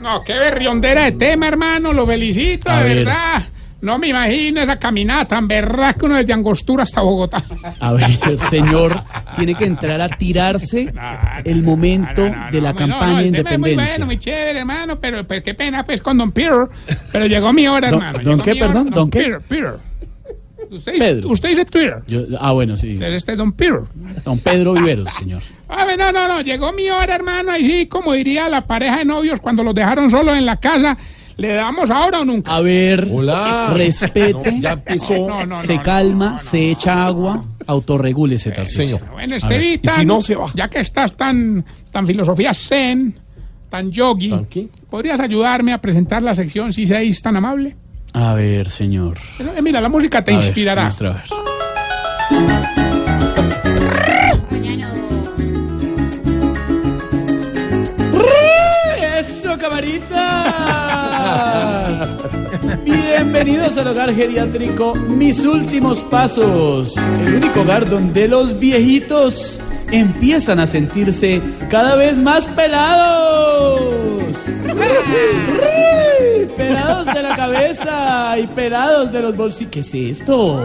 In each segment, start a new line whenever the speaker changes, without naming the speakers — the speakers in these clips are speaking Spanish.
No, qué berriondera de tema, hermano, lo felicito,
A
de
ver.
verdad. No me imagino esa caminada tan berraca uno desde Angostura hasta Bogotá.
A ver, el señor tiene que entrar a tirarse el momento
No, no, no,
de la
no,
campaña
no,
de
el tema es muy
independencia.
bueno, muy chévere, hermano, pero, pero qué pena pues con Don Peter. Pero llegó mi hora,
Don-
hermano.
¿don
llegó
qué,
mi hora,
perdón? ¿Don qué?
Peter, Peter. Usted, dice-
Pedro.
usted dice Twitter,
Yo- ah, bueno, sí.
pero este es Don Peter.
Don Pedro Viveros, señor.
A ver, no, no, no, llegó mi hora, hermano, ahí sí, como diría la pareja de novios cuando los dejaron solos en la casa, le damos ahora o nunca.
A ver,
Hola.
respete,
No, ya empezó.
No, no,
se
no,
calma,
no, no,
se echa agua, autorregúlese, Tarcisio.
señor.
Bueno,
y
Estevita,
si no, se va.
ya que estás tan, tan filosofía zen, tan yogi,
¿Tan qué?
¿podrías ayudarme a presentar la sección si seis tan amable?
A ver, señor.
Eh, mira, la música te
A ver,
inspirará.
maestro, a ver. ¡Eso, camaritas! Bienvenidos al hogar geriátrico Mis Últimos Pasos, el único hogar donde los viejitos empiezan a sentirse cada vez más pelados. Pelados de la cabeza y pelados de los bolsillos. ¿Qué es esto?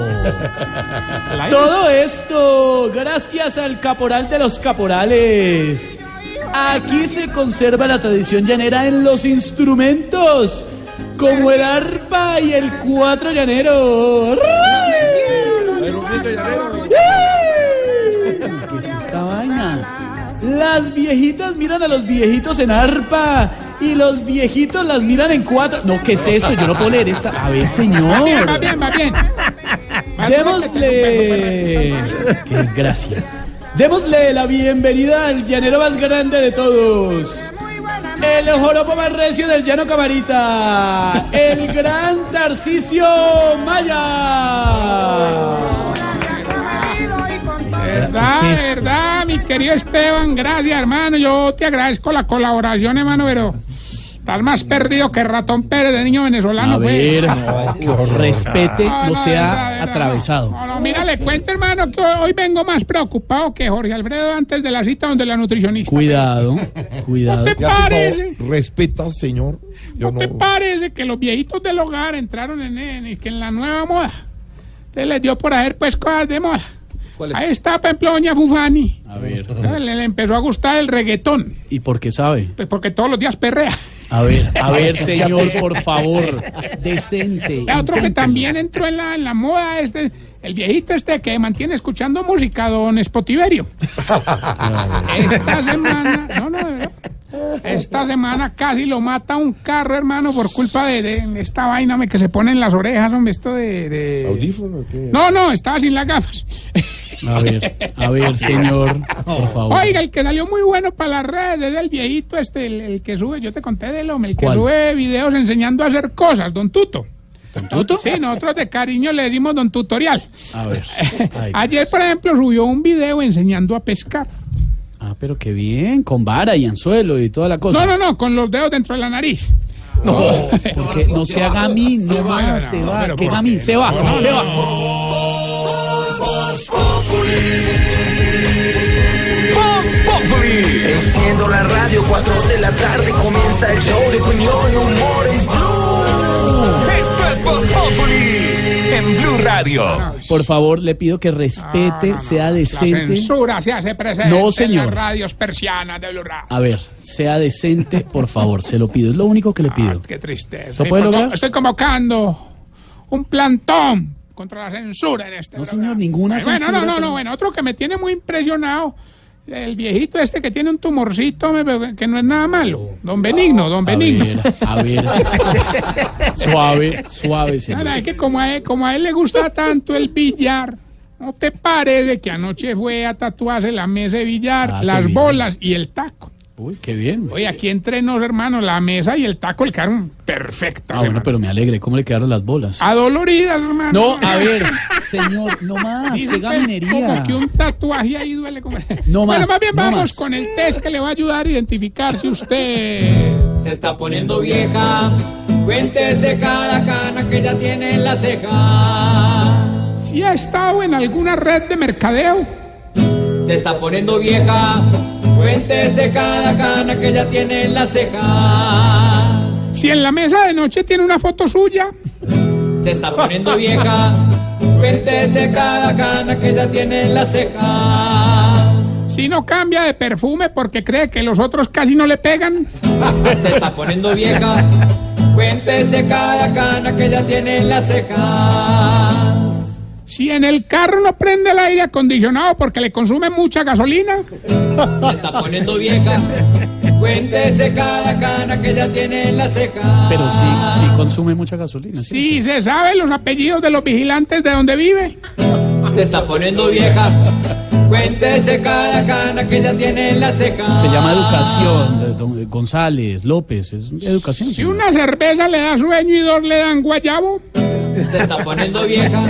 Todo esto gracias al caporal de los caporales. Aquí se conserva la tradición llanera en los instrumentos, como el arpa y el cuatro llanero. ¿Qué es esta vaina? Las viejitas miran a los viejitos en arpa y los viejitos las miran en cuatro. No, ¿qué es esto? Yo no puedo leer esta. A ver,
Va bien, va
señor.
bien, va bien.
Démosle. Qué desgracia. Démosle la bienvenida al llanero más grande de todos. El joropo más recio del llano Camarita. El gran Tarcisio Maya.
¿Verdad,
¿Qué es esto?
verdad, mi querido Esteban? Gracias, hermano. Yo te agradezco la colaboración, hermano, pero estás más perdido que ratón Pérez de niño venezolano.
A
pues.
ver, respete, no
verdad,
sea
verdad,
atravesado.
no. No, no, mira, le cuento, hermano, que hoy hoy vengo más preocupado que Jorge Alfredo antes de la cita donde la nutricionista.
Cuidado, cuidado.
¿Te
Ya, por favor,
parece?
respeta, señor. Yo
¿No
no.
te parece que los viejitos del hogar entraron en, en- es que en la nueva moda? Te les dio por hacer pues cosas de moda. Ahí está, por ejemplo, doña Fufani.
A ver,
Le, le empezó a gustar el reggaetón,
¿y por qué sabe?
pues porque todos los días perrea.
A ver, a ver, señor, por favor, decente.
La otro que
inténtelo.
también entró en la, en la moda es de- el viejito este que mantiene escuchando música, don Spotiverio.
ah, este.
Esta semana, no, no, de verdad. esta semana casi lo mata un carro, hermano, por culpa de, de esta vaina hombre, que se pone en las orejas, hombre, esto de... de-
¿Audífono? ¿Qué?
No, no, estaba sin las gafas.
A ver, a ver, señor, por favor.
Oiga, el que salió muy bueno para las redes es el viejito este, el, el que sube, yo te conté de él, hombre, el que
¿Cuál?
sube videos enseñando a hacer cosas, don Tuto. ¿Don Tuto? Sí, nosotros de cariño le decimos don tutorial.
A ver. Ay,
Ayer, por ejemplo, subió un video enseñando a pescar.
ah, pero qué bien, con vara y anzuelo y toda la cosa.
No, no, no, con los dedos dentro de la nariz.
Porque no se haga gamín, no
va,
más,
no, no,
se
no,
va,
pero
que
¿por
gamín,
qué?
se va, se va.
Enciendo la radio, 4 de la tarde comienza el show de opinión y humor en Blue.
Esto es Voz Populi en Blue Radio.
Por favor, le pido que respete,
Ah, No, no, no,
sea
La
decente.
censura se hace presente
No, señor. Ah,
en las radios persianas de Blue Radio.
A ver, sea decente, por favor, se lo pido, es lo único que le
Ah,
pido.
qué tristeza.
¿Lo
Y
puede
por-
lograr?
Estoy convocando un plantón contra la censura en este
No,
programa.
señor, ninguna
Bueno, Bueno,
censura,
no, no, no,
pero-
bueno, otro que me tiene muy impresionado, el viejito este que tiene un tumorcito me- que no es nada malo. Don Benigno, don
A
Benigno.
ver, a ver. Suave, suave,
Nada,
señor.
es que como a, él, como a él le gusta tanto el billar, ¿no te parece que anoche fue a tatuarse la mesa de billar,
Ah, qué
las
bien.
bolas y el taco?
Uy, qué bien.
Oye, aquí entre nos, hermano, la mesa y el taco le quedaron perfectas.
Ah, bueno,
hermano.
pero me alegre, ¿cómo le quedaron las
Ah.
bolas?
Adoloridas, hermano.
No, a ver, señor, no más,
Dice,
qué gaminería.
Como que un tatuaje ahí duele. Como...
No
Bueno,
más,
más bien
no
vamos
más.
con el test que le va a ayudar a identificar si usted.
Se está poniendo vieja, cuéntese cada cana que ya tiene en la ceja.
Si ha estado en alguna red de mercadeo.
Se está poniendo vieja, cuéntese cada cana que ya tiene en la ceja.
Si en la mesa de noche tiene una foto suya,
Se está poniendo vieja. Cuéntese cada cana que ya tiene en las cejas.
si no cambia de perfume porque cree que los otros casi no le pegan,
Se está poniendo vieja. Cuéntese cada cana que ya tiene en las cejas.
si en el carro no prende el aire acondicionado porque le consume mucha gasolina,
Se está poniendo vieja. Cuéntese cada cana que ya tiene en las cejas.
Pero sí, sí consume mucha gasolina. ¿sí?
si se sabe los apellidos de los vigilantes de donde vive,
Se está poniendo vieja. Cuéntese cada cana que ya tiene en las cejas.
Se llama educación, de- don- de González, López, es educación.
si
señor.
una cerveza le da sueño y dos le dan guayabo,
Se está poniendo vieja.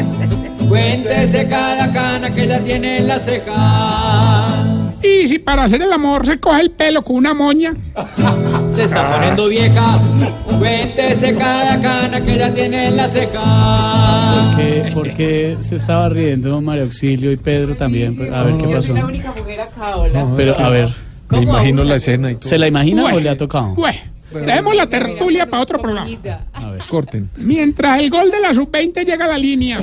Cuéntese cada cana que ya tiene en las cejas.
y si para hacer el amor se coge el pelo con una moña,
Se está poniendo vieja. Cuéntese cada cana que ya tiene en las cejas.
¿Qué- ¿Por qué se estaba riendo Mario Auxilio y Pedro también? Pues, A ver qué
Yo
pasó.
soy la única mujer acá, hola.
Pero a ver,
¿Cómo
Me imagino
abusa?
la escena y todo.
¿se la imagina
Bueno.
o le ha tocado?
pues, dejemos la tertulia para otro programa.
Comida.
A ver.
Corten.
Mientras el gol de la sub-20 llega a la línea.